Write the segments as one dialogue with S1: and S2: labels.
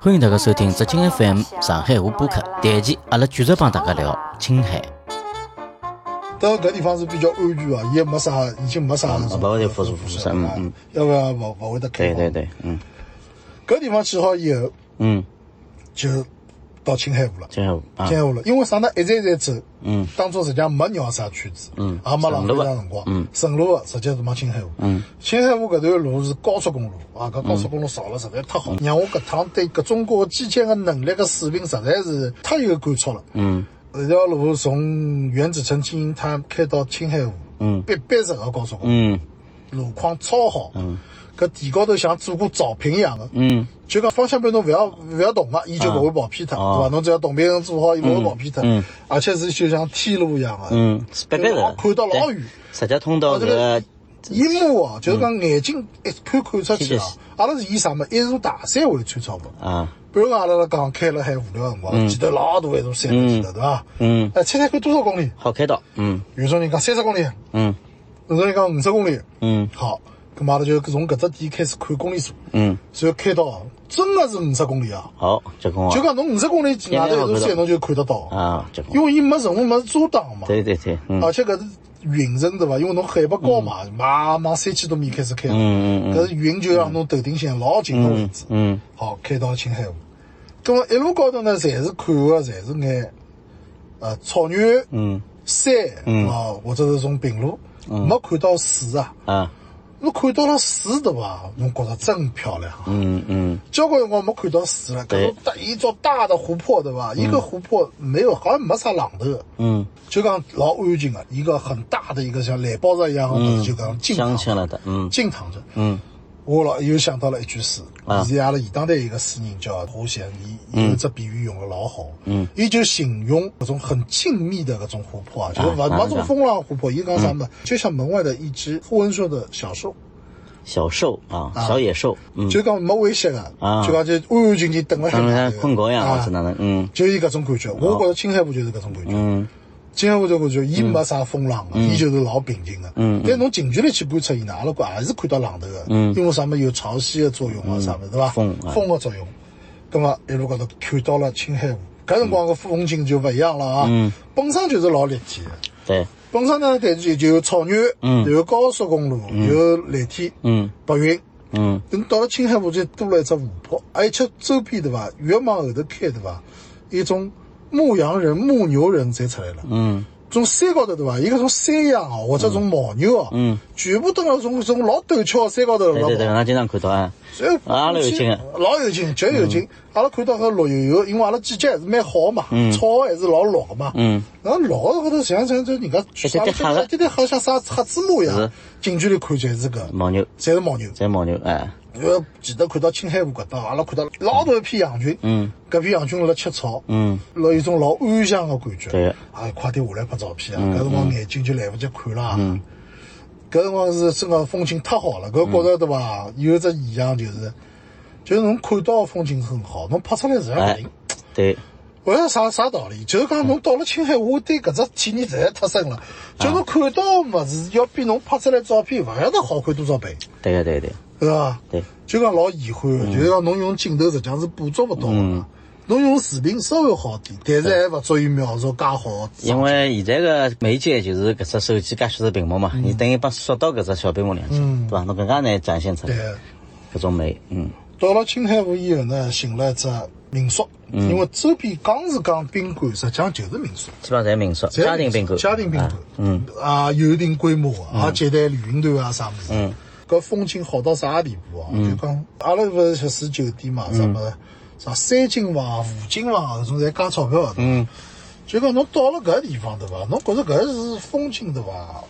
S1: 欢迎大家收听浙江 FM 上海话播客。第一期阿拉继续帮大家聊青海。
S2: 到搿地方是比较安全啊，也没啥，已经没啥
S3: 嗯
S2: 什
S3: 不
S2: 么
S3: 会有辐射辐射
S2: 啊
S3: 嗯嗯
S2: 要不然勿勿会得开
S3: 对
S2: 嘛。
S3: 对对，嗯
S2: 搿地方去好以后，
S3: 嗯，
S2: 就到青海湖了，
S3: 这样啊
S2: 青，海湖了，因为啥呢？一站一站走，
S3: 嗯
S2: 当中实际上没绕啥圈子，
S3: 嗯
S2: 也没浪费
S3: 顺路
S2: 啥
S3: 的
S2: 辰光，
S3: 嗯
S2: 顺路啊的直接是往青海湖，
S3: 嗯，
S2: 青海湖搿段路是高速公路啊，搿高速公路造了实在太好，让我搿趟对搿中国基建的能力个水平实在是太有感触了。
S3: 嗯
S2: 这条路从原子城金银滩开到青海湖，
S3: 嗯
S2: 逼逼实个高速公路，
S3: 嗯
S2: 路况超好，嗯，搿地高头像做过造坪一样的，
S3: 嗯
S2: 就讲方向盘侬勿要勿要动个，伊就勿会跑偏脱，
S3: 啊
S2: 对伐？侬只要动平衡做好，伊勿会跑偏脱
S3: 嗯，
S2: 而且是就像天路一样啊个，
S3: 嗯，是白白
S2: 老
S3: 的，
S2: 看到老
S3: 对
S2: 远，
S3: 直接通到
S2: 哦
S3: 这
S2: 这个
S3: 个
S2: 一目
S3: 嗯
S2: 哦，就是讲眼睛一看看出去
S3: 天
S2: 啊
S3: 气，
S2: 阿拉是以啥么？一座大山为穿插物。
S3: 啊，
S2: 比如讲阿拉辣讲开了海无聊个辰光，前头老大一座山头记得对伐？
S3: 嗯，
S2: 哎，猜猜看多少公里？
S3: 好开到，嗯
S2: 有种人讲三十公里，
S3: 嗯
S2: 有种人讲五十公里。
S3: 嗯
S2: 好，咁嘛阿拉就从搿只点开始看公里数，
S3: 嗯，
S2: 然后开到真个是五十公里啊！
S3: 好，结棍
S2: 就
S3: 啊
S2: 讲侬五十公里外头一座山，侬就看得到。
S3: 啊，结棍
S2: 因，为伊没任何物事遮挡嘛，
S3: 对对对，嗯
S2: 而且搿是云层对伐？因为侬海拔高嘛，马上三千多米开始开了，
S3: 嗯嗯
S2: 搿是云就让侬头顶向老近个位置，
S3: 嗯
S2: 好开到青海湖。咁么一路高头呢，侪是看个，侪是眼呃草原、
S3: 嗯
S2: 山啊，或者是种平路，没看到水啊。
S3: 啊，
S2: 侬看到了水对伐？侬觉着真漂亮啊。
S3: 嗯嗯
S2: 交关辰光没看到水了，搿
S3: 对
S2: 种大一座大的湖泊对伐？一个湖泊没有，好像没啥浪头的。
S3: 嗯，
S2: 就讲老安静的，一个很大的一个像蓝宝石一样的东
S3: 嗯
S2: 西，就讲静躺
S3: 相
S2: 着
S3: 亲了的，嗯
S2: 静躺着。
S3: 嗯
S2: 我老又想到了一句诗，
S3: 啊嗯
S2: 是阿拉现当代一个诗人叫胡贤，伊有一只比喻用的老好，嗯，伊就形容搿种很静谧的搿种湖泊啊，就是
S3: 啊嗯
S2: 勿
S3: 哪
S2: 勿
S3: 能
S2: 种
S3: 讲
S2: 风浪湖泊，伊讲啥么？就像门外的一只呼温顺的小树，
S3: 小兽啊，小野兽，嗯，
S2: 就讲没危险的，
S3: 啊
S2: 就讲就安安静静等了海
S3: 当
S2: 南
S3: 然
S2: 头
S3: 困觉一样，
S2: 啊
S3: 或者哪能，嗯
S2: 就伊搿种感觉，我觉着青海湖就是搿种感觉。
S3: 嗯
S2: 青海湖这感觉，伊没啥风浪的，啊伊就是老平静的。
S3: 嗯
S2: 但侬近距离去观察伊呢，阿拉觉也是看到浪头的，因为啥么有潮汐的作用啊，啥么对伐？
S3: 风啊
S2: 风的作用。咁么一路高头看到了青海湖，搿辰光个风景就勿一样了
S3: 嗯
S2: 啊。本身就是老立体的，
S3: 对，
S2: 本身呢，但就就有草原，有高速公路，有蓝天，
S3: 嗯
S2: 白云。
S3: 嗯
S2: 等到了青海湖就多了一只湖泊，而且周边对伐，越往后头开对伐，一种牧羊人、牧牛人侪出来了。
S3: 嗯
S2: 从山高头对伐？伊搿种山羊啊，或者种牦牛啊，
S3: 嗯，
S2: 全部蹲辣种种老陡峭的山高头
S3: 对
S2: 辣
S3: 对对，
S2: 跑。
S3: 俺经常看到啊，
S2: 所以
S3: 啊老有劲啊嗯
S2: 老有劲，绝有劲。阿拉看到搿绿油油，因为阿拉季节还是蛮好嘛，草还是老绿个嘛。
S3: 嗯，哎
S2: 然后绿个高头像像就人家
S3: 点点黑的
S2: 点点黑像啥黑芝麻一样
S3: 是，嗯
S2: 近距离看全是搿，
S3: 牦牛，
S2: 侪是牦牛。
S3: 在牦牛，哎，
S2: 呃，记得看到青海湖搿搭，阿拉看到老大一批羊群，
S3: 嗯，
S2: 搿批羊群辣辣吃草，
S3: 嗯，
S2: 辣有一种老安详个感觉。
S3: 对嗯
S2: 哎，快点下来拍照片啊！搿辰光眼睛就来勿及看了啊。搿辰光是真个风景太好了，搿
S3: 嗯
S2: 觉着对伐？有一只现象就是，就是侬看到的风景很好，侬拍出来实际上勿
S3: 哎嗯
S2: 灵。，
S3: 对，
S2: 勿晓得啥啥道理，就是讲侬到了青海湖，对搿只体验实在太深
S3: 啊
S2: 了。就侬看到个物事，要比侬拍出来照片勿晓得好看多少倍，
S3: 对个对对
S2: 对伐？
S3: 对，
S2: 就讲老遗憾，就是讲侬用镜头实际上是捕捉勿到的，侬用视频稍微好点，但是还勿足以描述介好。
S3: 因为现在个媒介就是搿只手机介许多屏幕嘛，
S2: 嗯
S3: 你等于把缩到搿只小屏幕里向去，对伐？侬更加难展现出
S2: 对，
S3: 来搿种美，嗯
S2: 到了青海湖以后呢，寻了一只民宿，因为周边讲是讲宾馆，实际上就是民宿，
S3: 基本上侪民宿、
S2: 侪
S3: 家庭宾馆、
S2: 家庭宾馆
S3: 啊，嗯，
S2: 啊，有一定规模啊，啊接待旅行团啊啥物事。
S3: 嗯
S2: 搿风景好到啥地步啊？就讲阿拉勿是住酒店
S3: 嗯
S2: 嘛，啥物事，啥三金房、五金房搿种侪加钞票的。嗯。就讲侬到了搿地方对伐？侬觉着搿是风景对伐？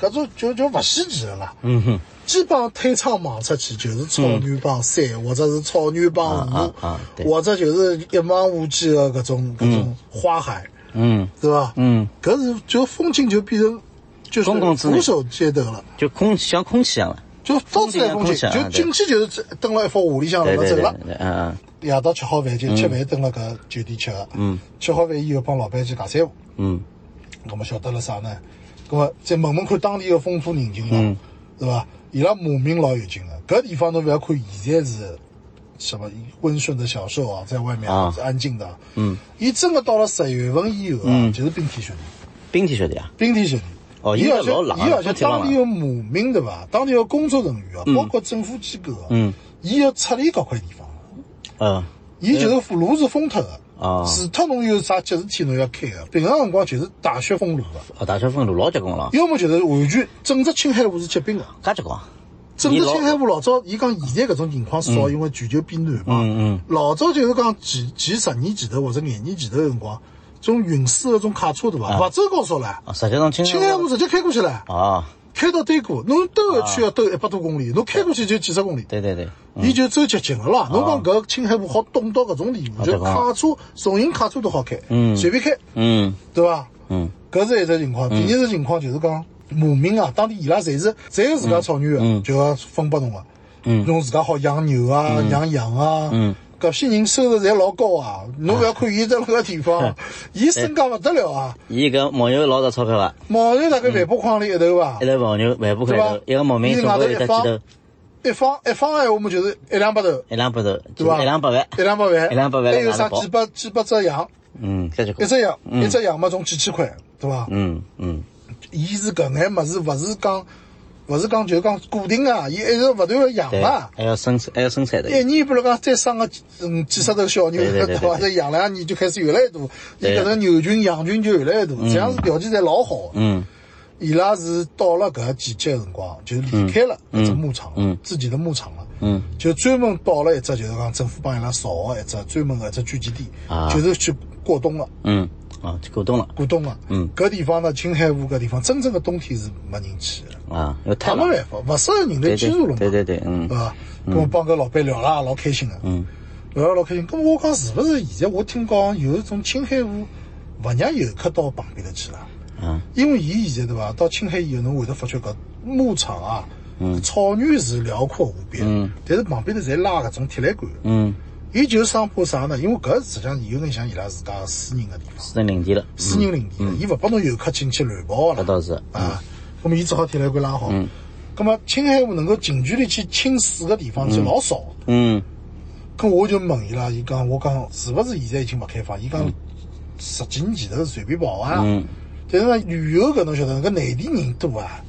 S2: 搿种就就勿稀奇了啦。嗯哼。基本上推窗望出去就是草原帮山，或者是草原帮
S3: 嗯啊啊啊
S2: 湖，
S3: 对
S2: 或者就是一望无际的搿种搿种花海。
S3: 嗯，
S2: 对吧？
S3: 嗯，
S2: 搿是就风景就变成就是
S3: 公共资源
S2: 俯首皆得了，
S3: 就空气像空气一样了，
S2: 就到处来风
S3: 风
S2: 景，
S3: 景啊
S2: 就
S3: 对
S2: 进去就是蹲了一幅画里向
S3: 对
S2: 了
S3: 对
S2: 走
S3: 对，
S2: 了。
S3: 对嗯
S2: 夜到吃好饭就吃饭，蹲了搿酒店吃个。嗯，吃好饭以后帮老板去汏三胡，
S3: 嗯
S2: 葛么晓得了啥呢？啊葛么再问问看当地个风土
S3: 嗯
S2: 人情咯，是伐？伊拉马民老有劲个，搿地方侬勿要看现在是什么温顺的小兽啊，在外面
S3: 啊
S2: 是安静的。嗯，伊真的到了十月份以后
S3: 嗯
S2: 啊，就是冰天雪地，
S3: 冰天雪地啊，
S2: 冰天雪地。
S3: 哦
S2: 伊
S3: 因为
S2: 而且
S3: 老冷啊
S2: 伊而且
S3: 不贴了嘛
S2: 当地有牧民对伐？当地有工作人员啊，包括政府机构啊，
S3: 嗯，
S2: 伊要撤离搿块地方，
S3: 嗯，
S2: 伊就是路是封脱的。
S3: 哦
S2: 除脱侬有啥节日天侬要开个，啊平常辰光就是大雪封路个，
S3: 哦，大学分路老结棍了，
S2: 要么就是完全整只青海湖是结冰个。
S3: 介结棍啊，
S2: 整个
S3: 伊老
S2: 青海湖老早，伊讲现在搿种情况少，因为全球变暖嘛。
S3: 嗯嗯
S2: 老早就是讲几几十年前头或者廿年前头的辰光，种运输的种卡车对伐？勿走高速了，
S3: 啊，实际上青
S2: 青海
S3: 海
S2: 湖直接开过去了，
S3: 啊，
S2: 开到对过，侬兜一圈要兜一百多公里，侬开过去就几十公里。
S3: 对对对，
S2: 伊就走捷径了啦。侬讲搿青海湖好冻到搿种地步，
S3: 啊
S2: 就
S3: 对伐
S2: 卡车、重型卡车都好开，随便开，
S3: 嗯
S2: 对伐？
S3: 嗯
S2: 搿是一只情况。第二只情况就是讲，牧民啊，当地伊拉侪是侪有自家草原个，
S3: 嗯
S2: 就要分拨侬个，侬自家好养牛啊、
S3: 嗯
S2: 养羊啊。搿些人收入侪老高啊！侬勿要看伊在那个 地方，伊身价勿得了啊！
S3: 伊搿牦牛老值钞票伐？
S2: 毛头大概万把筐里一头啊伐
S3: 一，头牦牛万把块
S2: 对伐
S3: 头，一个牧？民
S2: 伊
S3: 总
S2: 外头
S3: 归有得几
S2: 一方
S3: 头，
S2: 一方一方闲话么就是一两百头，
S3: 一两百头，就
S2: 对伐？
S3: 是一两百万，
S2: 一两百万，
S3: 一两百万
S2: 还有
S3: 哪
S2: 啥
S3: 能跑
S2: 几百几百只羊，
S3: 嗯，搿结
S2: 一
S3: 棍，
S2: 只羊，一只羊嘛，总几千块，对伐？
S3: 嗯嗯
S2: 伊是搿眼物事，勿是讲，勿是讲就是讲固定啊，伊一直勿断个养
S3: 对，
S2: 啊。
S3: 还要生还要生产的，
S2: 一年比如讲再生个几嗯几十头小牛，
S3: 对对对对
S2: 伐？再养两年就开始越来越多，伊
S3: 对
S2: 搿个牛群、羊群就越来越多，这样子条件侪老好。
S3: 嗯
S2: 伊拉是到了搿个季节辰光，就离开了搿只牧场了，自己的牧场了，
S3: 嗯，
S2: 就专门到了一只就是讲政府帮伊拉造个一只专门个一只聚集地，
S3: 啊
S2: 就是去过冬了。
S3: 嗯，啊，就够冻了
S2: 过冬了，
S3: 嗯
S2: 搿地方呢，青海湖搿地方真正的冬天是没人去的，
S3: 啊，要太
S2: 他
S3: 冷
S2: 没，办法，勿适合人类
S3: 对
S2: 居住
S3: 对
S2: 了嘛，啊
S3: 对
S2: 对
S3: 对对，嗯
S2: 伐？跟我帮搿老板聊啦，老开心的，嗯，聊了老开心。咁我讲是勿是现在我听讲有一种青海湖勿让游客到旁边头去了？
S3: 啊，
S2: 因为伊现在对伐，到青海以后，侬会得发觉搿牧场啊，草原是辽阔无边，但是旁边头侪拉搿种铁栏杆，
S3: 嗯，
S2: 伊就是生怕啥呢？因为搿实际上有点像伊拉自家私人个地方，
S3: 私人领地了，嗯
S2: 私人领地，伊勿拨侬游客进去乱跑
S3: 搿
S2: 了
S3: 倒是，
S2: 啊。咁么伊只好铁栏杆拉好。
S3: 嗯
S2: 咁么青海湖能够近距离去清水个地方是老少的。
S3: 嗯
S2: 咁我就问伊拉，伊讲我讲是勿是现在已经勿开放？伊讲十几年前头随便跑啊。
S3: 嗯
S2: 但是呢，旅游搿侬晓得，搿内地人多啊，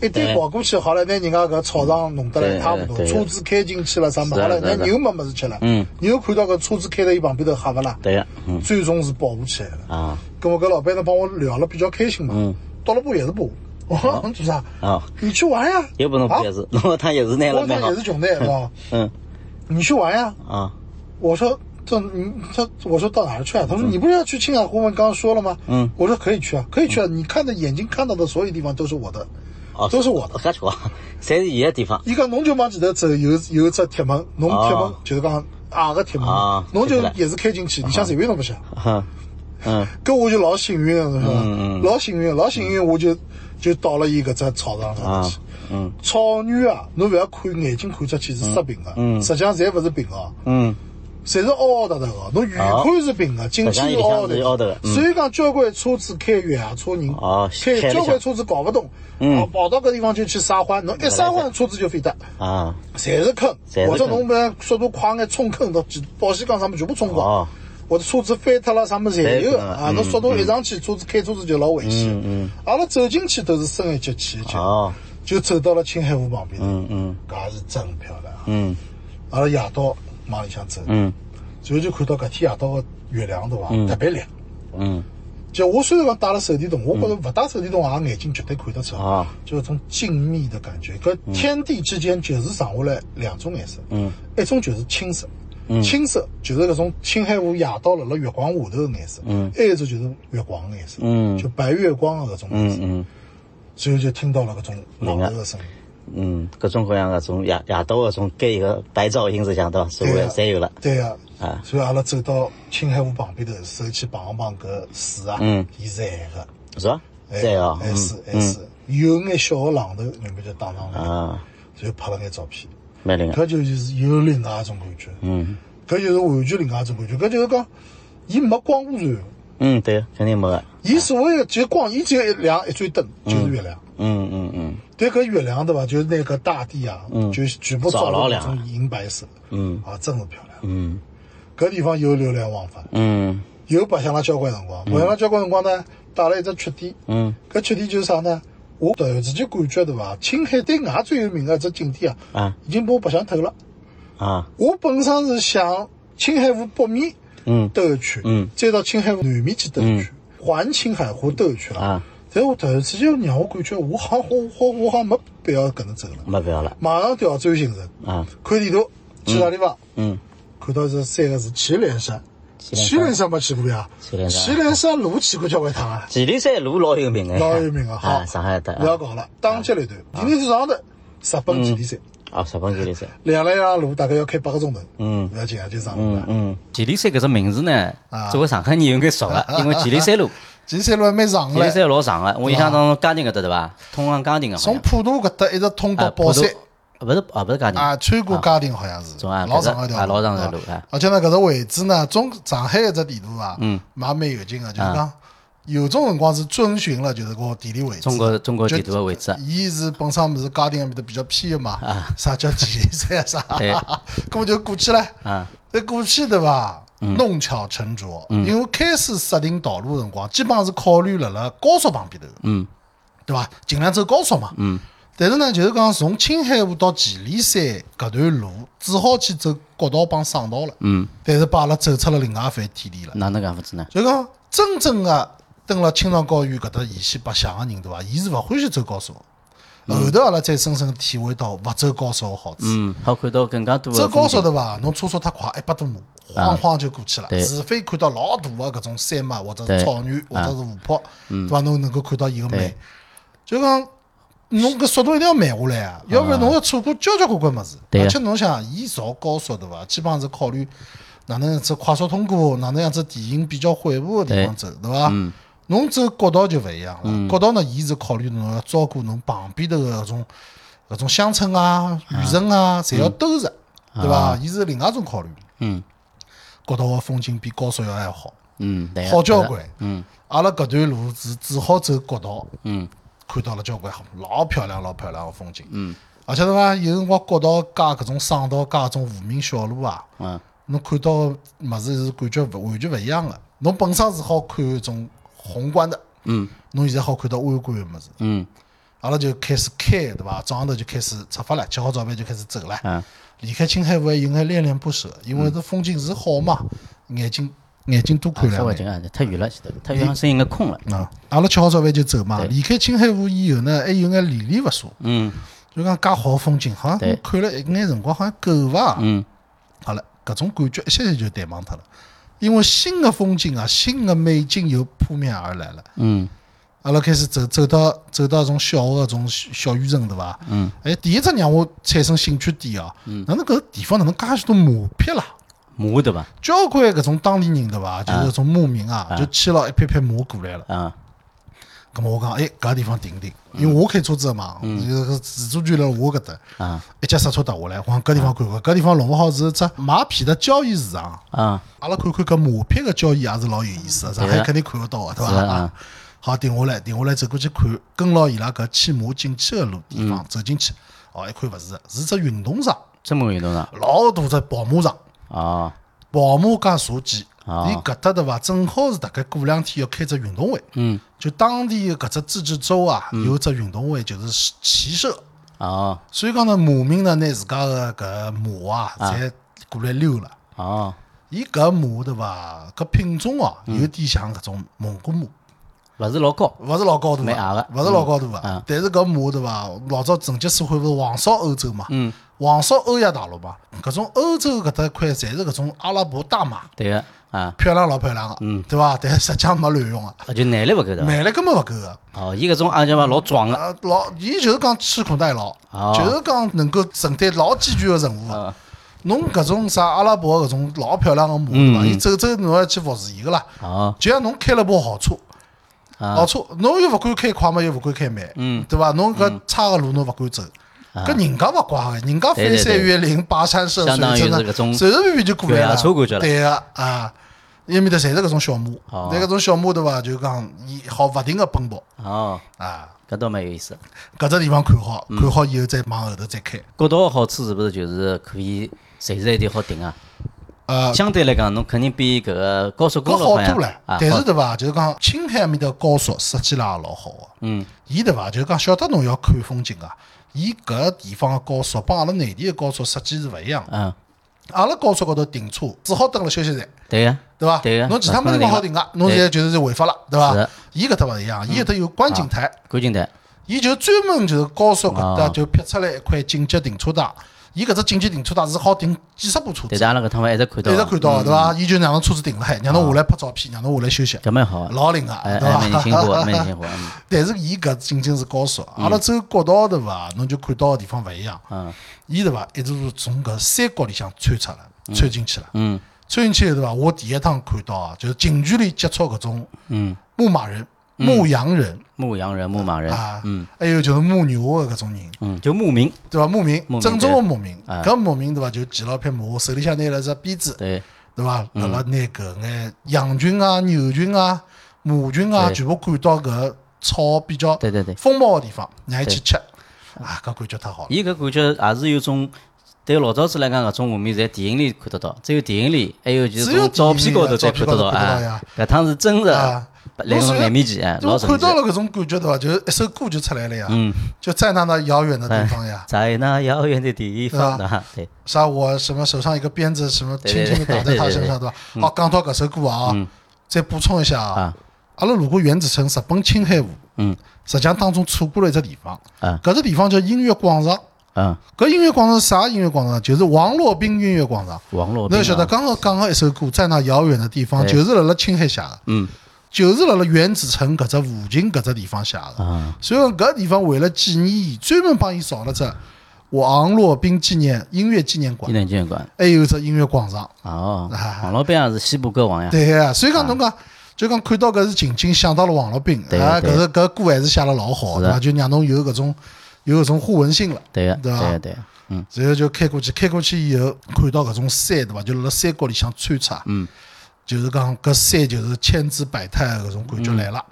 S2: 一旦
S3: 对
S2: 跑过去好了，拿人家搿草场弄得来一塌糊涂，
S3: 对对
S2: 车子开进去了啥么好了，
S3: 是的啊
S2: 拿
S3: 是的
S2: 牛没么子吃了
S3: 嗯，
S2: 牛看到搿车子开到伊旁边头吓勿啦，
S3: 对呀，嗯
S2: 最终是保护起来了。
S3: 啊
S2: 跟我搿老板呢帮我聊了比较开心嘛，到了补也是补，我讲侬做啥？
S3: 嗯啊，
S2: 你去玩呀，
S3: 又不能
S2: 啊
S3: 不也 是，弄一趟也是拿
S2: 我
S3: 了蛮
S2: 讲
S3: 好
S2: 也，是穷的，是 吧？
S3: 嗯
S2: 你去玩呀，
S3: 啊，
S2: 我说这你他我说到哪儿去啊？他说你不是要去青海湖吗？你刚刚说了吗？
S3: 嗯，
S2: 我说可以去啊，可以去啊。你看的眼睛看到的所有地方都是我的，
S3: 哦，
S2: 都是我的。
S3: 搿 结棍，侪是伊个地方，
S2: 伊讲侬就往前头走，有有一只铁门，侬
S3: 哦
S2: 铁门就是讲矮个铁门
S3: 啊，
S2: 侬就
S3: 进不来啊
S2: 也是开进去，里向随便侬白相。
S3: 哈，嗯
S2: 搿我就老幸运了，是吧
S3: 嗯嗯
S2: 老幸运，老幸运，我就就到了伊搿只草场上
S3: 啊
S2: 去。
S3: 嗯
S2: 草原啊，侬勿要看眼睛看出去是塞平个，实际上侪勿是平个。
S3: 嗯
S2: 侪是凹凹凸凸个，侬远看是平个，近去凹
S3: 实际上有点
S2: 凹
S3: 凹凸
S2: 凸的
S3: 的。嗯
S2: 所以讲，交关车子开越野车人
S3: 哦，
S2: 开
S3: 开了嗯
S2: 交
S3: 下
S2: 关车子搞不动，哦跑到搿地方就去撒欢，侬一撒欢车子就飞得，
S3: 啊，
S2: 侪是坑
S3: 侪，是
S2: 或者
S3: 坑
S2: 侬们速度快眼冲坑到几保险杠啥么全部冲光
S3: 哦，
S2: 或者车子翻脱了啥么侪
S3: 侪有可
S2: 有
S3: 能
S2: 啊，侬速
S3: 嗯
S2: 度一上去，车子开车子就老危险。阿拉走进去都是深一脚浅一脚，
S3: 哦，
S2: 就走到了青海湖旁边，
S3: 嗯嗯
S2: 搿是真漂亮啊。
S3: 嗯
S2: 阿拉夜到往里向走，
S3: 嗯
S2: 然后就看到搿天夜到个月亮对伐，特别亮。
S3: 嗯，
S2: 就我虽然讲戴了手电筒，我觉着勿戴手电筒也眼睛绝对看得出来
S3: 啊，嗯
S2: 就一种静谧的感觉。搿天地之间就是剩下来两种颜色，嗯，一种就是青色，
S3: 嗯
S2: 青色就是搿种青海湖夜到辣辣月光下头的颜色，嗯，还有一种就是月光的颜色，
S3: 嗯
S2: 就白月光的搿种颜色。
S3: 嗯
S2: 然后就听到了搿种老头的声音，
S3: 嗯，各种各样的种夜夜到的种给一个白噪音是讲对伐？所有
S2: 对
S3: 的
S2: 啊
S3: 侪有了，
S2: 对呀，
S3: 啊
S2: 所以阿拉走到青海湖旁边头，手去碰一碰搿水啊，
S3: 嗯，
S2: 伊是咸个。
S3: 是伐？
S2: 哎
S3: 在哦，
S2: 还是
S3: 嗯
S2: 还是有眼小个浪头，人们就打上来，
S3: 啊，
S2: 就拍了眼照片，
S3: 蛮灵啊，
S2: 搿就是有另外一种感觉，
S3: 嗯
S2: 搿就是完全另外一种感觉，搿就是讲，伊没光污染，
S3: 嗯，对，肯定没个，
S2: 伊所谓的就是光，伊只有一两一盏灯，就是月亮，
S3: 嗯嗯嗯
S2: 对搿月亮对伐？就是拿搿大地啊，就全部
S3: 照
S2: 照了
S3: 了
S2: 搿
S3: 亮啊
S2: 种银白色，
S3: 嗯
S2: 啊，真是漂亮。
S3: 嗯
S2: 搿地方有流连忘返，
S3: 嗯
S2: 有白相了交关辰光。白相了交关辰光呢，带了一只缺点，
S3: 嗯
S2: 搿缺点就是啥呢？我突然之间感觉对伐？青海对外最有名的一只景点啊，
S3: 啊
S2: 已经被我白相透了。
S3: 啊
S2: 我本身是想青海湖北面
S3: 嗯
S2: 兜一圈，
S3: 嗯
S2: 再到青海湖南面去兜一圈，环青海湖兜一圈了。
S3: 啊，
S2: 但我突然之间让我感觉，我好像我好我好像没必要搿能走了，
S3: 没必要了
S2: 马上调转行程，
S3: 啊
S2: 看地图去啥地方，
S3: 嗯
S2: 看到这三个字祁连山，
S3: 祁
S2: 祁
S3: 连山
S2: 连山没去过呀，
S3: 祁连山
S2: 祁连山路去过交关趟啊，
S3: 祁连山路老有名哎，哎
S2: 老有名啊，好，
S3: 啊上海的
S2: 不要
S3: 啊
S2: 搞了，当机立断，第二天早上头，日本祁连山，
S3: 啊日本祁连山，
S2: 两了一趟路大概要开八个钟头，
S3: 嗯
S2: 不要紧啊，就上路
S3: 嗯
S2: 了。
S3: 嗯
S1: 祁连山搿只名字呢，作为上海人应该熟个，因为祁连山路，
S2: 祁山路还蛮长
S1: 祁连山路老长个，我印象当中嘉定搿搭对伐？通往嘉定个好
S2: 从
S1: 像，
S2: 普陀搿搭一直通到
S1: 啊，
S2: 宝
S1: 浦东
S2: 山。
S1: 啊勿是啊勿是嘉定
S2: 啊，穿过嘉定好像是，
S1: 总啊
S2: 老
S1: 搿个
S2: 长一条
S1: 啊
S2: 路
S1: 老长条
S2: 啊
S1: 路啊
S2: 而且呢，搿只位置呢，中上海一只地图啊，
S1: 嗯，啊
S2: 蛮蛮有劲个，就是讲有种辰光是遵循了就是个地理位置。
S1: 中国中国地图个位置啊
S2: 就，伊是本身不是嘉定埃面搭比较偏个嘛，啥叫祁连山啊啥，
S1: 对
S2: 搿么就过去了。
S1: 啊，
S2: 那过去对伐？弄巧成拙，因为开始设定道路的辰光，基本上是考虑辣辣高速旁边头，
S1: 嗯，
S2: 对伐？尽量走高速嘛，嗯。但是呢，就是讲从青海湖到祁连山搿段路，只好去走国道帮省道了，嗯。但是把阿拉走出了另外一番天地了，
S1: 哪能讲法子呢？
S2: 就讲真正的登了青藏高原搿搭沿线白相个人，对伐？伊是勿欢喜走高速的，后头阿拉才深深体会到勿走高速个好处。
S1: 嗯，好看到更加多
S2: 走
S1: 的
S2: 高
S1: 风
S2: 速
S1: 景。
S2: 对伐？侬车速太快，一百多码，晃晃就过去了。
S1: 对
S2: 除非看到老大个搿种山脉，或者
S1: 对
S2: 是草原，或
S1: 啊
S2: 者是湖泊，对伐？侬能够看到伊个美
S1: 对。
S2: 就讲侬搿速度一定要慢下来啊，要不然侬要错过交交关关物事。
S1: 对啊
S2: 而且侬想，伊造高速对伐？基本上是考虑哪能样子快速通过，哪能样子地形比较缓和个地方走，对伐？侬走国道就勿一样了，国道呢，伊是考虑侬要照顾侬旁边头个搿种搿种乡村啊、县城啊，侪要兜着，对伐？伊是另外一种考虑。
S1: 嗯
S2: 国道个风景比高速要还要好，
S1: 嗯，对啊，
S2: 好交
S1: 对啊
S2: 关。嗯，阿拉搿段路是只好走国道，
S1: 嗯，
S2: 看到了交关老漂亮、老漂亮个风景。嗯，而且对伐？有辰光国道加搿种省道加搿种无名小路啊，
S1: 嗯，
S2: 侬看到个物事是感觉勿完全勿一样个。侬本身是好看一种宏观的，嗯，侬现在好看到微观个物事。
S1: 嗯，
S2: 阿拉就开始开，对伐？早上头就开始出发了，吃好早饭就开始走了。
S1: 嗯，
S2: 离开青海湖还有眼恋恋不舍，因为这风景是好嘛，眼睛眼睛多看
S1: 稍
S2: 两
S1: 微
S2: 眼。
S1: 近啊，太远了，前头太远了，声音应该空了。
S2: 啊，阿拉吃好早饭就走嘛。
S1: 对
S2: 离开青海湖以后呢，还有眼恋恋不舍，
S1: 嗯
S2: 就讲介好风景，好像
S1: 对
S2: 看了一眼辰光好像够伐？
S1: 嗯，
S2: 好了，搿种感觉一歇歇就淡忘脱了，因为新的风景啊，新的美景又扑面而来了。
S1: 嗯
S2: 阿拉开始走走到走到种小个种小小县城，对伐？嗯。哎，第一只让我产生兴趣点哦，
S1: 嗯
S2: 哪能搿地方哪能介许多马匹啦？
S1: 马对伐？
S2: 交关搿种当地人对伐？就是搿种牧民啊，就牵了一匹匹马过来了。
S1: 啊，
S2: 咁么我讲，哎，搿地方停停，因为我开车子的嘛，就是自主权辣我搿搭。
S1: 嗯啊。
S2: 一脚刹车踏下来，我讲搿地方看看，搿地方弄勿好是只马匹的交易市场。
S1: 啊，
S2: 阿拉看看搿马匹个交易也是老有意思的，上海
S1: 对啊
S2: 肯定看得到个，对伐？
S1: 是啊
S2: 啊好，停下来，停下来，走过去看，跟牢伊拉搿牵马进去个路地
S1: 嗯
S2: 方走进去，哦，一看勿是，是只运动场，
S1: 这么个运动场
S2: 老大只跑马场，
S1: 哦，
S2: 跑马加射击。
S1: 哦
S2: 伊搿搭对伐？正好是大概过两天要开只运动会，
S1: 嗯，
S2: 就当地搿只自治州啊，有只运动会，就是骑射。
S1: 哦，
S2: 所以讲呢，马民呢拿自家个搿马啊，侪过来溜了。
S1: 哦，
S2: 伊搿马对伐？搿品种哦，
S1: 嗯
S2: 有点像搿种蒙古马，
S1: 勿是老高，
S2: 勿是老高大
S1: 蛮矮
S2: 个
S1: 个，
S2: 勿是老高大
S1: 嗯
S2: 个
S1: 嗯。
S2: 但是搿马对伐？老早成吉思汗勿是横扫欧洲嘛，
S1: 嗯
S2: 横扫欧亚大陆嘛。搿种欧洲搿搭一块，侪是搿种阿拉伯大马，
S1: 对个啊，
S2: 漂亮老漂亮个，对伐？但是实际上没卵用个，
S1: 嗯啊就嗯耐力勿够的。
S2: 卖力根本勿够个。
S1: 哦，伊搿种阿叫嘛老壮个，
S2: 啊，老，伊就是讲吃苦耐劳，
S1: 哦
S2: 就是讲能够承担老艰巨个任务啊
S1: 啊。
S2: 侬搿种啥阿拉伯搿种老漂亮个马
S1: 嗯
S2: 对伐？伊走走侬要去服侍伊个啦。
S1: 哦，
S2: 就像侬开了部豪车，
S1: 啊嗯
S2: 豪车侬又勿敢开快嘛，又勿敢开慢，对伐？侬搿差个路侬勿敢走。搿人家勿怪个，人家翻
S1: 啊对对
S2: 山
S1: 对
S2: 越岭、跋山涉水，
S1: 相当于
S2: 真
S1: 是
S2: 的
S1: 搿种啊
S2: 随随便便就过来
S1: 越野车感觉了
S2: 对个啊，埃面搭侪是搿种小马，
S3: 哦
S2: 但搿种小马对伐？就讲伊好勿停个奔跑
S3: 哦，
S2: 啊，
S3: 搿倒蛮有意思。
S2: 搿只地方看好，
S1: 嗯
S2: 看好以后再往后头再开。
S3: 国道的好处是不是就是可以随时随地好停啊？
S2: 呃，
S3: 相对来讲，侬肯定比搿个高速
S2: 搿
S3: 公路
S2: 好
S3: 好像
S2: 多了，
S3: 啊
S2: 但是
S3: 好
S2: 对伐？就是讲青海埃面搭高速设计了也老好个，啊
S3: 嗯，
S2: 伊对伐？就是讲晓得侬要看风景啊，伊搿地方个高速帮阿拉内地个高速设计是勿一样的。
S3: 嗯，
S2: 阿拉高速高头停车只好蹲辣休息站，
S3: 对
S1: 啊
S3: 呀，
S2: 对伐？
S3: 对呀啊
S2: 侬其他
S3: 勿可
S2: 没
S3: 能
S2: 地方好
S3: 停
S2: 停
S3: 了
S2: 个，侬现在就是违法了，对伐
S3: 是？嗯
S2: 伊搿搭勿一样，伊搿搭有观景台。
S3: 观景台，
S2: 伊就专门就是高速搿搭
S3: 啊
S2: 就辟出来一块紧急停车带，伊搿只紧急停车带是好停几十部车子，
S3: 但是阿拉搿趟嘛一直看到，
S2: 一直看到的对伐？
S3: 嗯
S2: 伊就让侬车子停辣海，让
S3: 啊
S2: 侬下来拍照片，让侬下来休息，
S3: 搿蛮好啊，
S2: 老灵个，
S3: 哎
S2: 对伐
S3: 哎，？蛮辛苦啊，蛮辛苦啊，
S2: 但是伊搿仅仅是高速，阿拉走国道对伐？侬就看到个地方勿一样，
S3: 嗯
S2: 伊对伐？一直是从搿山谷里向穿出了，穿进去了，
S3: 嗯
S2: 穿进去对伐？我第一趟看到啊，就是近距离接触搿种
S3: 嗯，
S2: 牧马人、牧羊人
S3: 牧羊人、牧马人，
S2: 啊
S3: 嗯，
S2: 还有就是牧牛个搿种人。
S3: 嗯，就牧民，
S2: 对伐？牧民
S3: 牧，民
S2: 郑州个牧民，
S3: 哎
S2: 搿牧民对伐？就骑牢匹马，手里向拿了只鞭子，
S3: 对，嗯
S2: 对伐？辣辣拿搿眼羊群啊、牛群啊、马群啊，
S3: 对
S2: 全部赶到搿草比较
S3: 对对嗯对
S2: 丰茂个地方，让伊去吃，啊，搿感觉太好了。
S3: 伊搿感觉也是有种。对老早子来讲，搿种画面在电影里看得到，只有电影里，还有就
S2: 只
S3: 是
S2: 有
S3: 从照片高头才
S2: 电影里
S3: 看得到
S2: 啊照片高头看得到呀
S3: 啊。搿趟是真
S2: 啊
S3: 的，来
S2: 侬
S3: 侬
S2: 虽
S3: 眼
S2: 然
S3: 面前，哎老
S2: 我
S3: 神
S2: 看
S3: 奇
S2: 到。了搿种感觉，对伐？就是一首歌就出来了呀，
S3: 嗯，哎
S2: 就在那那遥远的地方呀，
S3: 在那遥远的地方啊，对，
S2: 啥我什么手上一个鞭子，什么轻轻的打在他身上，对伐？好，讲到搿首歌啊，再补充一下啊
S3: 嗯啊，
S2: 阿拉如果原子称日本青海湖，
S3: 嗯
S2: 实际上当中错过了一只地方，
S3: 啊
S2: 搿只地方叫音乐广场。
S3: 嗯，
S2: 搿音乐广场是啥音乐广场呢？就是王洛宾音乐广场。
S3: 王洛宾
S2: 侬
S3: 啊
S2: 晓得刚刚讲个一首歌，在那遥远的地方，
S3: 对
S2: 就是辣辣青海写的，
S3: 嗯
S2: 就是辣辣原子城搿只附近搿只地方写的。
S3: 啊，
S2: 所以讲搿地方为了纪念伊，专门帮伊造了只王洛宾纪念音乐纪念馆
S3: 纪，念纪念馆
S2: 还有只音乐广场。
S3: 哦
S2: 啊，
S3: 王老板也是西部歌王呀，
S2: 对呀，所以讲侬讲，就讲看到搿是情景，想到了王洛宾，
S3: 啊对
S2: 啊，搿
S3: 对
S2: 是搿歌还是写了老好，
S3: 是
S2: 对
S3: 的
S2: 伐？就让侬有搿种有搿种互文性了。
S3: 对呀，
S2: 对啊
S3: 对
S2: 吧
S3: 呀，对呀，嗯，
S2: 然后就开过去，开过去以后看到搿种山，对伐？就辣辣山谷里向穿插，
S3: 嗯，
S2: 就是讲搿山就是千姿百态的搿种感觉来了。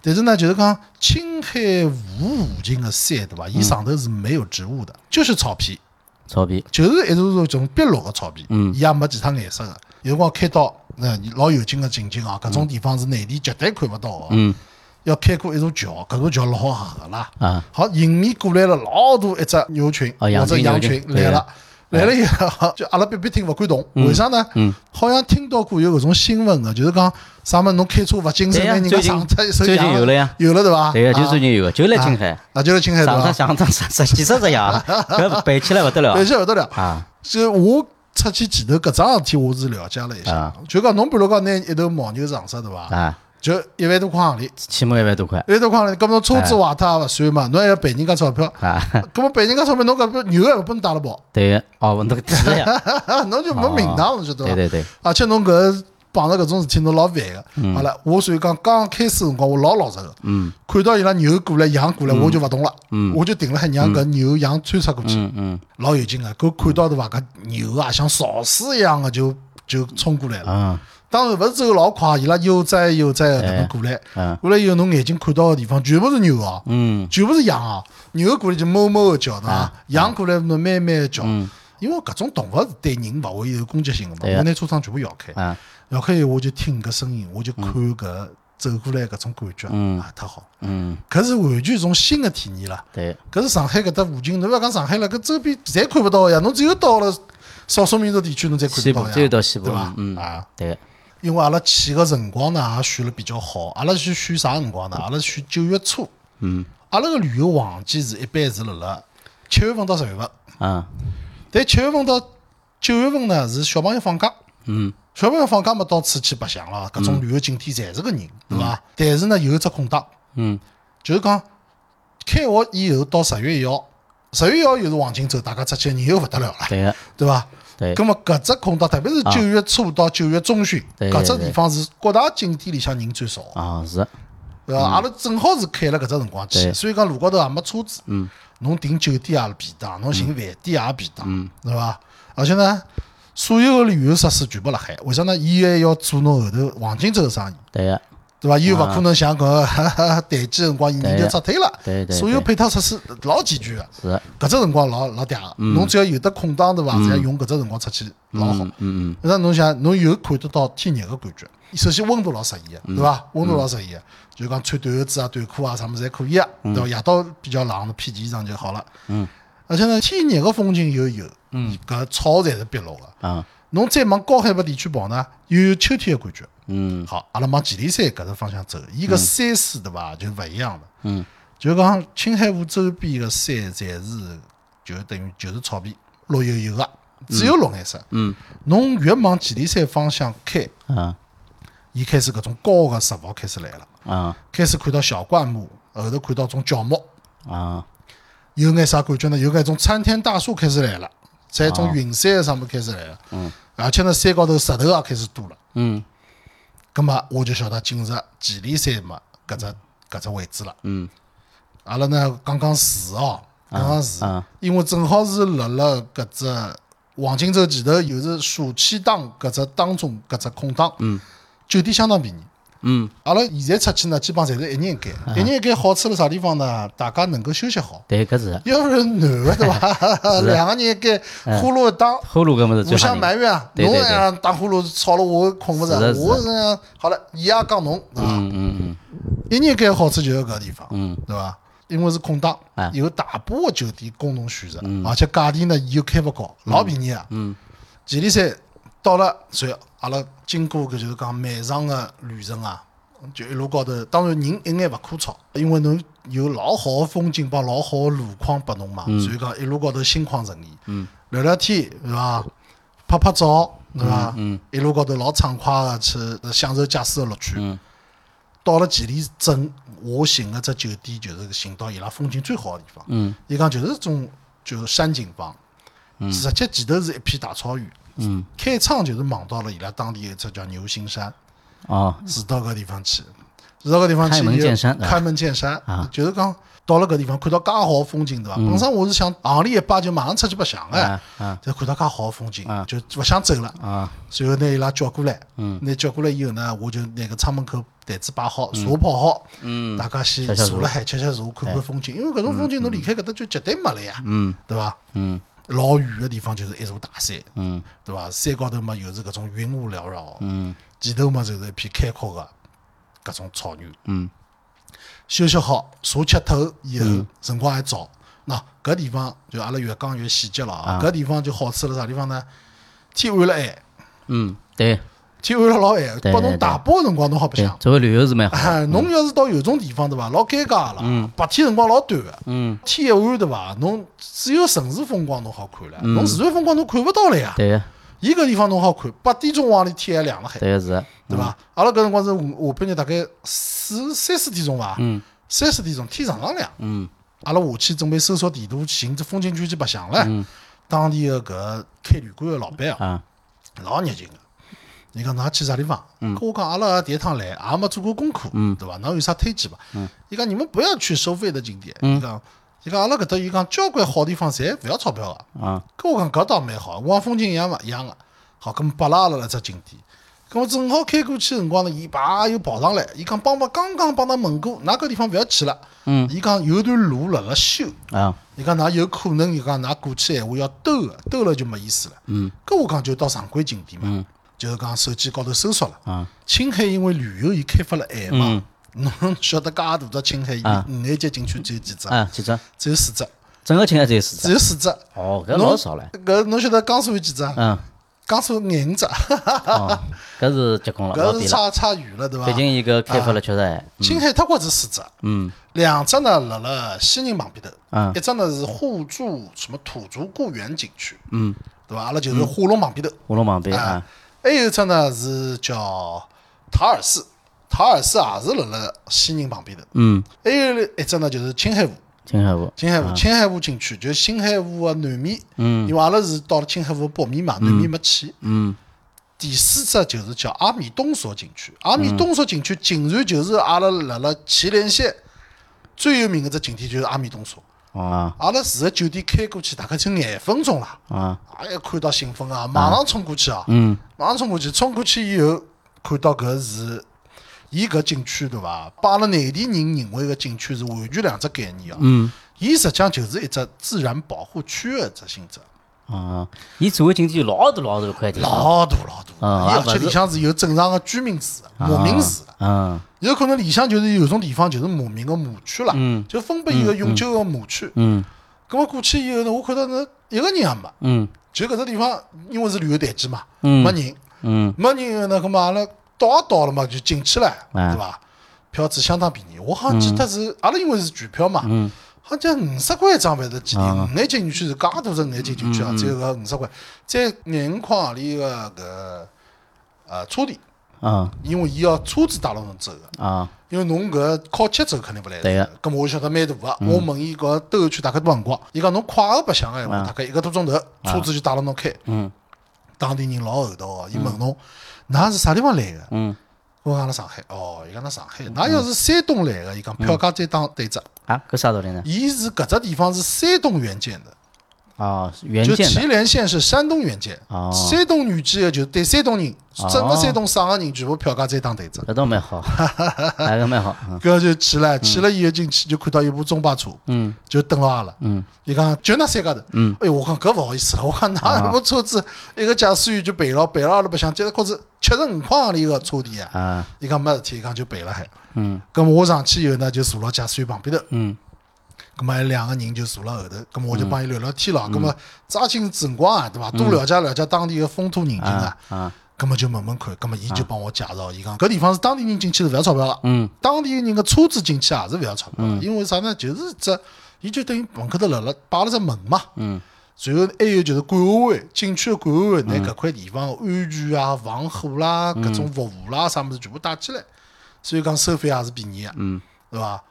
S2: 但是呢，就是讲青海湖附近的山，对伐？伊上头是没有植物的，就是草皮，
S3: 草皮，
S2: 就是一坨坨种碧绿的草皮，嗯，伊也没其他颜色的。有辰光开到，那老有劲的情景啊，搿种地方是内地绝对看勿到的、
S3: 嗯
S2: 要开过一座桥，搿座桥老黑个啦。
S3: 啊，
S2: 好，迎面过来了老大一只牛群
S3: 哦
S2: 或
S3: 羊
S2: 者
S3: 群
S2: 羊
S3: 牛
S2: 群
S3: 群
S2: 来
S3: 对嗯
S2: 了，来了以后 就阿拉别别听勿敢动，为啥呢？好像听到过有搿种新闻个，就是讲啥么侬开车勿谨慎，
S3: 对
S2: 拿
S3: 呀
S2: 人家
S3: 最近
S2: 上出一手
S3: 最近
S2: 羊
S3: 有了呀
S2: 有了对伐？
S3: 对呀，就
S2: 啊
S3: 最近有个，就来青海，
S2: 啊，就是青海对
S3: 上
S2: 伐
S3: 趟？上趟十十几十只 羊，搿背起来勿得了
S2: 而且勿得了，
S3: 啊，
S2: 就我出去前头搿桩事体，我是了解了一下
S3: 啊，
S2: 就讲侬比如讲拿一头牦牛上杀对伐？
S3: 啊，
S2: 就一万多块行钿，
S3: 起码一万多块
S2: 一万多块行钿，搿么侬车
S3: 哎
S2: 子坏脱也勿算嘛，侬还要赔人家钞票，
S3: 啊，
S2: 搿么赔人家钞票，侬搿牛还勿拨侬打了跑。
S3: 对呀，哦，那个低了呀，
S2: 侬就没名堂，侬晓得伐？
S3: 哦对对对，
S2: 而且侬搿碰着搿种事体，侬老烦个。
S3: 嗯
S2: 好了，我所以讲刚开始辰光，我老老实个。嗯。看到伊拉牛过来、羊过来，我就勿动了。嗯。我就停辣海，让搿牛、羊穿插过去，
S3: 嗯嗯
S2: 老有劲个。搿看到对伐？搿牛啊，像潮水一样个就就冲过来了。
S3: 啊，
S2: 当然勿是走老快，伊拉悠哉悠哉个搿能过来。
S3: 嗯
S2: 过来以后，侬眼睛看到个地方全部是牛啊。
S3: 嗯，
S2: 全部是羊啊，牛过来就哞哞的叫，对伐？
S3: 啊
S2: 羊过来侬慢慢的叫，因为搿种动物是对人勿会有攻击性的
S3: 嗯对
S2: 嘛。
S3: 啊
S2: 我拿车窗全部摇开，
S3: 啊，
S2: 摇开以后我就听搿声音，我就看搿走过来搿种感觉，啊，太好，
S3: 嗯，
S2: 搿是完全一种新的体验啦。
S3: 对，
S2: 搿是上海搿搭附近，侬勿要讲上海了，搿周边侪看勿到的呀。侬只有到了少数民族地区，侬才看得
S3: 西
S2: 到
S3: 部
S2: 呀，
S3: 只有到西部
S2: 对伐？
S3: 嗯嗯
S2: 啊。
S3: 对，
S2: 因为阿拉去个辰光呢，也选了比较好。阿拉是选啥辰光呢？阿拉选九月初。嗯。阿拉个旅游旺季是一般是辣辣七月份到十月份，
S3: 啊，
S2: 但七月份到九月份呢是小朋友放假。
S3: 嗯，
S2: 小朋友放假嘛，到处去白相了，各种旅游景点侪是个人，对伐？但是呢，有一只空档，
S3: 嗯，
S2: 就是讲开学以后到十月一号，十月一号又是黄金周，大家出去人又勿得了了，
S3: 对呀，
S2: 对伐？
S3: 对
S2: 咁么搿只空档，特别是
S3: 啊
S2: 九月初到九月中旬，
S3: 对
S2: 搿只
S3: 对
S2: 地方是各大景点里向人最少，
S3: 啊是，
S2: 对伐？阿拉正好是开了搿只辰光去，
S3: 对
S2: 所以讲路高头也没车子，
S3: 嗯嗯
S2: 侬订酒店也便当，侬寻饭店也便当，对伐？而且呢，所有个旅游设施全部辣海。为啥呢？伊还要做侬后头黄金周生意，
S1: 对个，
S2: 对伐？
S3: 啊
S2: 伊又勿可能像搿 淡季辰光，伊人就撤退了。
S1: 对对对
S2: 所有配套设施老齐全个。
S1: 是的，
S2: 搿只辰光老老嗲个，侬只要有得空档对伐？侪用搿只辰光出去老好。
S1: 嗯嗯嗯，
S2: 那侬想，侬有看得到天热个感觉。首先温度老适宜
S1: 嗯
S2: 个，对伐？温度老适宜个，就讲穿短袖子啊、短裤啊啥么子侪可以个，
S1: 嗯
S2: 对伐？夜到比较冷，披件衣裳就好了。嗯。而且呢，天热个风景又有，嗯，搿草侪是碧绿个。
S1: 啊，
S2: 侬再往高海拔地区跑呢，又有秋天个感觉。
S1: 嗯
S2: 好，阿拉往祁连山搿只方向走，伊个山势对伐，就勿一样了。嗯，就讲青海湖周边个山，侪是就等于就是草皮，绿油油个，只有绿颜色。嗯，侬越往祁连山方向开，
S1: 啊
S2: 伊开始搿种高个植物开始来了，
S1: 啊
S2: 开始看到小灌木，后头看到种乔木，
S1: 啊，
S2: 有眼啥感觉呢？有眼种参天大树开始来了，再
S1: 啊
S2: 种云山啥么开始来了。嗯，而且呢，山高头石头也开始多了。
S1: 嗯
S2: 咁么我就晓得进入祁连山嘛搿只搿只位置了。
S1: 嗯，
S2: 阿拉呢讲讲树哦，讲讲树
S1: 啊，
S2: 因为正好是辣辣搿只黄金周前头，又是暑期档搿只当中搿只空档，嗯，酒店相当便宜。
S1: 嗯，啊
S2: 阿拉现在出去呢，基本上侪是一人一间，一人一间好处辣啥地方呢？大家能够休息好。
S1: 对，搿是的
S2: 要是男的对伐？ 两个人一间呼噜一打，
S1: 后路搿么是
S2: 互
S1: 最吓
S2: 相埋
S1: 人。
S2: 怨啊，
S1: 对
S2: 侬
S1: 对
S2: 那
S1: 对
S2: 样打呼噜吵了我困勿着
S1: 是的，是的
S2: 我是那样啊好了，伊也讲侬，对伐？
S1: 嗯嗯
S2: 啊一年间好处就是搿个地方，
S1: 嗯
S2: 对伐？因为是空档
S1: 哎，嗯
S2: 有大把个酒店供侬选择，而且价钿呢伊又开勿高，老便宜啊。嗯，祁连山到了，随后阿拉经过搿就是讲漫长个旅程啊，就一路高头，当然人一眼勿可吵，因为侬有老好个风景帮老好个路况拨侬嘛，
S1: 嗯
S2: 所以讲一路高头心旷神怡。嗯，聊聊天对伐？拍拍照对伐？嗯，一路高头老呃畅快个去享受驾驶个乐趣。嗯。到了祁连镇，我寻个只酒店就是寻到伊拉风景最好的地方。嗯，伊讲就是种就是山景房，直接前头是一片大草原。嗯，开窗就是望到了伊拉当地一只叫牛心山，
S1: 嗯，哦，
S2: 住到搿地方去，住到搿地方去，
S1: 开门见山
S2: 开门见山
S1: 啊嗯
S2: 就是讲到了搿地方看到介好的风景，对伐？本身我是想行里一摆就马上出去白相哎
S1: 啊啊，
S2: 就看到介好的风景，就勿想走了。
S1: 啊，嗯
S2: 随后拿伊拉叫过来，拿叫过来以后呢，我就拿个窗门口台子摆好，茶泡好，大家先
S1: 嗯吃吃哎
S2: 坐辣海吃吃茶，看看风景。因为搿种风景侬离开搿搭就绝对没了呀，对伐？
S1: 嗯
S2: 老远个地方就是一座大山，
S1: 嗯
S2: 对伐？山高头嘛又是搿种云雾缭绕，
S1: 嗯
S2: 前头嘛就是一片开阔个搿种草原。
S1: 嗯
S2: 休息好，茶吃透以后，辰光还早。
S1: 嗯
S2: 那搿地方就阿拉越讲越细节了啊！搿地方就好处辣啥地方呢？天暗了晚，
S1: 嗯，对
S2: 天暗了老晚，
S1: 对
S2: 拨侬大把个辰光侬好白
S1: 对
S2: 相，。
S1: 作为旅游是蛮好。
S2: 哎， 侬要是到有种地方对伐，老尴尬了。白天辰光老短个，
S1: 嗯，
S2: 天一暗对伐，侬只有城市风光侬好看了，侬自然风光侬看勿到了呀。
S1: 嗯对个，
S2: 伊搿地方侬好看，八点钟往里天还亮了海。
S1: 对个是的。
S2: 对伐？阿拉搿辰光是下下半日大概四三四点钟伐，三四点钟天上上亮，
S1: 嗯
S2: 阿拉下去准备搜索地图，寻只风景区去白相唻。当地个搿开旅馆个老板啊，
S1: 嗯啊，
S2: 老热情个。伊讲㑚去啥地方？
S1: 嗯
S2: 搿我讲阿拉第一趟来，也没做过功课，对伐？㑚有啥推荐伐？
S1: 嗯
S2: 伊讲你们不要去收费的景点。伊讲，伊讲阿拉搿搭，伊讲交关好地方，侪勿要钞票个。
S1: 啊，
S2: 搿我讲搿倒蛮好，我讲风景一样嘛，一样个。好，搿么扒拉阿拉了只景点，搿么正好开过去辰光呢，伊叭又跑上来，伊讲帮忙，刚刚帮㑚问过，㑚搿地方勿要去了。嗯。伊讲有段路辣辣修，
S1: 啊，
S2: 伊讲㑚有可能，伊讲㑚过去闲话要兜个，兜了就没意思了。嗯。搿我讲就到常规景点嘛，就是讲手机高头搜索了。
S1: 嗯啊。嗯
S2: 青海因为旅游伊开发了晚嘛，侬、晓得介大只青海，伊五 A 级景区只有几只？
S1: 啊，记住，
S2: 只有四只，
S1: 整个青海只有四只
S2: 只。有四只。
S1: 哦，搿
S2: 侬
S1: 老少了。
S2: 搿侬晓得江苏有几只？
S1: 嗯，
S2: 江苏眼五只，
S1: 哦，搿是结棍了，老
S2: 搿
S1: 低了。
S2: 是差啊差远了，对伐
S1: 毕？竟伊搿开发了确实还，
S2: 青海泰国只四只，
S1: 嗯，
S2: 两只呢辣辣西宁旁边
S1: 嗯
S2: 头，一只呢是互助什么土著故园景区，嗯，对伐？阿拉就是化隆旁边头，
S1: 乌龙旁边
S2: 啊
S1: 啊，，
S2: 还有一只呢是叫塔尔寺，塔尔寺也是辣辣西宁旁边头，
S1: 嗯，
S2: 还有一只呢就是青海湖，
S1: 青海湖，
S2: 青海湖，青海湖景区，就是青海湖个南面，嗯，因为阿拉是到了青海湖北面嘛，南面没去，
S1: 嗯，
S2: 第四只就是叫阿米东所景区，阿米东所景区竟然就是阿拉辣辣祁连县最有名个只景点，就是阿米东所。
S3: 啊
S2: 阿拉住个酒店开过去，大概就廿分钟啦。
S3: 啊
S2: 啊，一看到兴奋啊，马上冲过去啊！
S3: 嗯，
S2: 马上冲过去，冲过去以后，看到搿是，伊搿景区对伐？帮阿拉内地人认为个景区是完全两只概念啊。嗯，伊实际上就是一只自然保护区个一只性质，
S3: 啊，
S1: 伊做个景点老大老大块地，
S2: 老大老
S1: 啊
S2: 大，伊而
S1: 啊
S2: 且
S1: 勿是
S2: 里向是有正常个居民住的、牧民住的。
S3: 嗯
S2: 有可能里向就是有种地方就是牧民个牧区啦，就分拨伊个永久个牧区。
S3: 嗯
S2: 咁么过去以后呢，我看到呢一个人也没，
S3: 嗯
S2: 就搿只地方因为是旅游淡季嘛，
S3: 嗯
S2: 没人。
S3: 嗯
S2: 没人呢，那么阿拉到也到了嘛，就进去了，
S3: 啊
S2: 对伐？票子相当便宜，我好像
S3: 嗯
S2: 记得是阿拉因为是全票嘛，好像五十块一张饭头几钿，
S3: 啊
S2: 五眼进去是介大只五眼进去
S3: 嗯
S2: 啊，只有个五十块，再廿五块行钿个搿呃车钿，
S3: 啊
S2: 因为伊要车子带牢侬走个。
S3: 啊
S2: 因为侬搿靠脚走肯定勿来
S3: 对
S2: 个
S3: 个，嗯
S2: 咁么我晓得蛮大个。我问伊搿兜一圈大概多少辰光，伊讲侬快个白相个闲话，大概一个多钟头，车子就带牢侬开。
S3: 啊嗯
S2: 当地人老厚道哦，伊问侬，㑚是啥地方来个？
S3: 嗯
S2: 我讲阿拉上海，哦，伊讲㑚上海，㑚要是山东来个，伊讲票价再打对折。
S3: 啊，搿啥道理呢？
S2: 伊是搿只地方是山东援建的，
S3: 啊，原
S2: 就
S3: 件
S2: 祁
S3: 的
S2: 连县是山东援建
S3: 哦，
S2: 山东原建的就对山东人，整个
S3: 哦
S2: 山东省个人全部票价再打对折。
S3: 搿倒蛮 好，啊搿蛮好，嗯
S2: 搿就去了，去了以后进去就看到一部中巴车，
S3: 嗯
S2: 就等牢阿拉。
S3: 嗯
S2: 伊讲就那三家头，
S3: 嗯，啊
S2: 哎哟，我讲搿勿好意思了，我讲㑚部车子一个驾驶员就赔了，赔了阿拉白相，结果是七十五块行钿个车钿啊。
S3: 啊
S2: 伊讲没事体，伊讲就赔了还。
S3: 嗯
S2: 咁我上去以后呢，就坐到驾驶员旁边头，
S3: 嗯
S2: 咁么两个人就坐了后头，咁么我就帮伊聊聊天咯，
S3: 嗯
S2: 咁么抓紧辰光啊，对伐？多了解了解当地个风土人情啊
S3: 啊，啊
S2: 咁么就问问看，咁么伊就帮我介绍，伊讲搿地方是当地人进去是勿要钞票个，
S3: 嗯
S2: 当地人个车子进去也是勿要钞票的，因为啥呢？就是只，伊就等于门口头辣辣摆了只门嘛，
S3: 嗯
S2: 然后还有就是管委会，景区的管委会拿搿块地方安全啊、防火啦、
S3: 嗯
S2: 搿种服务啦啥物事全部带起来，所以讲收费也是便宜个，
S3: 嗯
S2: 对伐？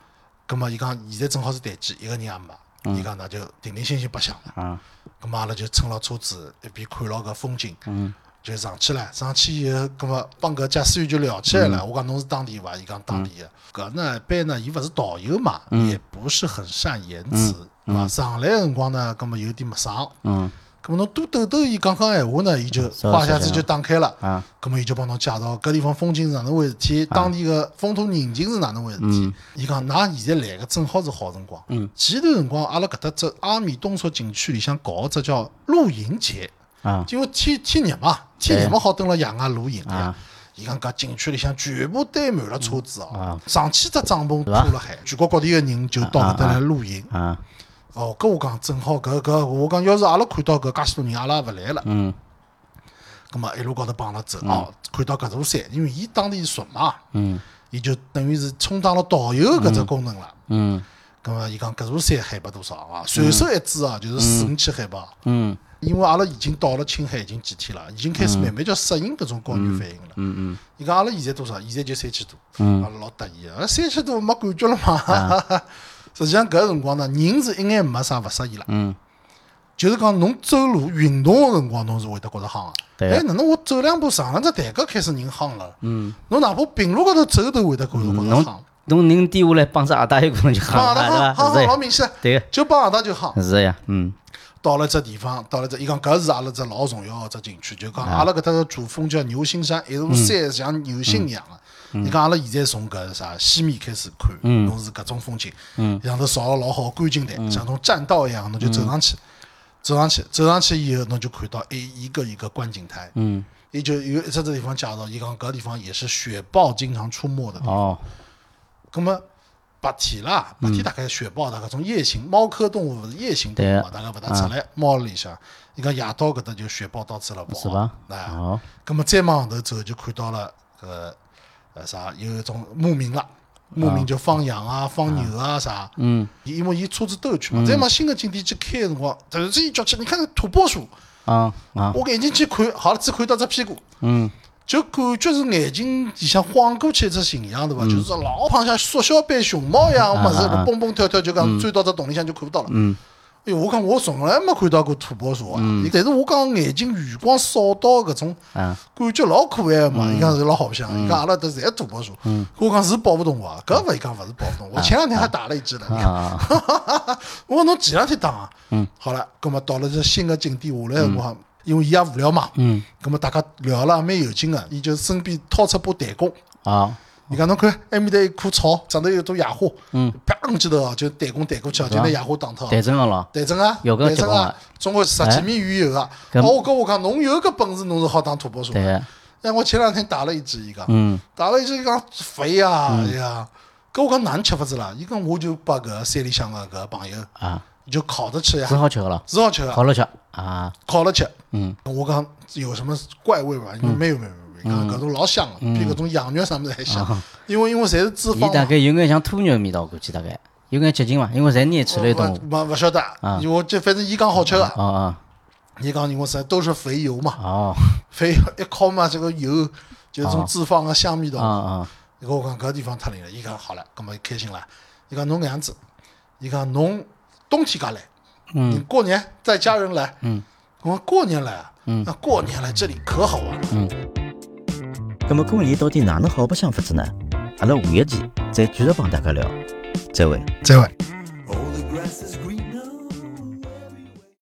S2: 葛末伊讲现在正好是淡季，一个人也没，伊讲那就定定心心白相了。
S3: 嗯啊
S2: 葛末阿拉就乘牢车子一边看牢搿风景，
S3: 嗯
S2: 就上去了。上去以后，葛末帮搿驾驶员就聊起来了。
S3: 嗯
S2: 我讲侬是当地伐？伊讲当地个。搿呢一般呢，伊勿是导游嘛，
S3: 嗯
S2: 也不是很善言辞，对伐？上来个辰光呢，葛末有点陌生。
S3: 嗯
S2: 咁么侬多逗逗伊讲讲闲话呢，伊就
S3: 稍微
S2: 话匣
S3: 啊说
S2: 子
S3: 说
S2: 就打开了。
S3: 啊嗯
S2: 咁么伊就帮侬介绍搿地方风景是哪能回事体，当地个风土人情是哪能回事体。伊讲㑚现在来个正好是好辰光。
S3: 嗯
S2: 前头辰光阿拉搿搭只阿米东宿景区里向搞只叫露营节，
S3: 啊
S2: 因为天天热嘛，天热嘛好蹲辣野外露营呀
S3: 啊。
S2: 伊讲搿景区里向全部堆满了车子哦，上千只帐篷铺
S3: 啊吧
S2: 了海，全国各地个人就到搿搭来露营。
S3: 啊
S2: 哦，搿我讲正好搿搿，我讲要是阿拉看到搿介许多人，阿拉也勿来了。
S3: 嗯
S2: 葛末一路高头帮阿拉走哦，看到搿座山，因为伊当地熟嘛，
S3: 嗯
S2: 伊就等于是充当了导游搿只功能了。
S3: 嗯
S2: 葛末伊讲搿座山海拔多少啊？随手一指啊，就是四五千海拔。
S3: 嗯
S2: 因为阿拉已经到了青海已经几天了，已经开始慢慢叫适应搿种高原反应了。
S3: 嗯
S2: 伊讲阿拉现在多少？现在就三千多，
S3: 嗯啊
S2: 阿拉老得意个，三千多没感觉了嘛。 实际上搿辰光呢，人是一眼没啥勿适意了。
S3: 嗯
S2: 就是讲侬走路运动个辰光，侬是会得觉着夯个。
S3: 对啊
S2: 哎，哪能我走两步上两只台阶开始人夯了？嗯，侬哪怕平路高头走都会得觉着觉
S3: 嗯，
S2: 着
S3: 侬
S2: 夯，啊
S3: 侬人低下来帮着阿达一个人就
S2: 帮
S3: 好
S2: 阿
S3: 了，
S2: 拉夯夯
S3: 是
S2: 夯老
S3: 吧？
S2: 明显，
S3: 对呀，
S2: 就帮阿达就夯。
S3: 对呀，是呀，嗯
S2: 到了只地方，到了只，伊讲搿是阿拉只老重要个只景区，就讲
S3: 嗯
S2: 阿拉搿搭个主峰叫牛心山，一座山像牛心一样个。
S3: 嗯
S2: 伊讲阿拉现在从搿啥西面开始看，侬是搿种风景，
S3: 嗯
S2: 上头造了老好个观景台，像种栈道一样，侬就走上
S3: 嗯
S2: 去，走上去，走上去以后，侬就看到哎一一个一个观景台。
S3: 嗯，
S2: 伊就有一只只地方介绍，伊讲搿地方也是雪豹经常出没的地方
S3: 哦
S2: 咁么白天啦，白天大概雪豹大概种夜行猫科动物是夜行动物嘛，啊大概勿大出来猫里向。伊讲夜到搿搭就雪豹到处辣跑，
S3: 是吧？
S2: 啊，
S3: 哦
S2: 咁么再往后头走就看到了搿呃啥，有一种牧民了。牧民就放羊啊，放牛啊，啥？嗯，因为伊车子兜一圈嘛，再往新的景点去开的辰光，突然之间叫起，你看土拨鼠，
S3: 啊啊
S2: 我眼睛去看，好了，只看到只屁股，
S3: 嗯
S2: 就感觉是眼睛里向晃过去一只形象，对伐？就是老胖像缩小版熊猫一样物事，
S3: 嗯啊啊啊
S2: 蹦蹦跳跳，就讲钻到只洞里向就看不到了。嗯，哎因为我讲我从来没看到过土拨鼠啊，伊但是我讲眼睛余光扫到搿种
S3: 嗯啊嗯
S2: 感觉老可爱嘛，伊讲是老好相，伊讲阿拉搿侪土拨鼠，我讲是保不动伐？搿勿伊讲勿是保不动，我前两天还打了一只了，你看
S3: 啊，
S2: 我讲侬前两天打啊，
S1: 嗯
S2: 好了，葛么到了这新的景点下来的辰光，因为伊也无聊嘛，嗯，葛么大家聊了也蛮有劲个，伊就身边掏出把弹
S1: 哦
S2: 弓，
S3: 啊，
S2: 你看侬看埃面搭一棵草，长得有朵野花，嗯，砰几头啊，就弹弓弹过去啊，就拿野花打脱啊。
S1: 对准个咯，
S2: 对症啊，
S1: 有搿
S2: 对症
S1: 结棍
S2: 啊
S1: 啊，
S2: 总共十几米远有啊。
S1: 搿
S2: 哦，我跟我讲，侬有搿本事，侬是好当土拨鼠。
S1: 对个，
S2: 哎，我前两天打了一只，伊讲，
S1: 嗯，
S2: 打了一只，伊讲肥啊，哎呀，搿我讲哪能吃法子啦？伊讲我就把搿山里向个搿朋友
S1: 啊，
S2: 就烤着吃呀
S1: 是，好吃个咯，
S2: 是好吃个，
S1: 好了吃啊，
S2: 烤了吃。
S1: 嗯，
S2: 我讲有什么怪味伐？伊讲没有没有没
S1: 嗯
S2: 有，伊讲搿种老香个，比搿种羊肉啥物事还
S1: 啊
S2: 香，因为因为侪是脂
S1: 伊
S2: 肪
S1: 大
S2: 嘛。
S1: 概有眼像兔肉味道，估计大概有眼接近伐，因为侪捏起来一啊
S2: 勿
S1: 动物，
S2: 勿勿晓得，我就反正伊讲好吃啊个，
S1: 哦哦
S2: 伊讲因为啥都是肥油嘛。
S1: 哦，
S2: 肥一烤嘛，这个油就是
S1: 啊
S2: 这种脂肪的香味
S1: 哦
S2: 道。
S1: 哦，
S2: 伊跟我讲搿地方太灵了，伊讲好了，葛末开心了。伊讲侬搿样子，伊讲侬冬天家来，嗯，过年带家人来，嗯，我讲过年来啊，嗯，那过年来这里可好啊玩了。
S4: 那么过年到底哪能好白相法子呢？阿拉下一期再继续帮大家聊，再会。
S2: 再会。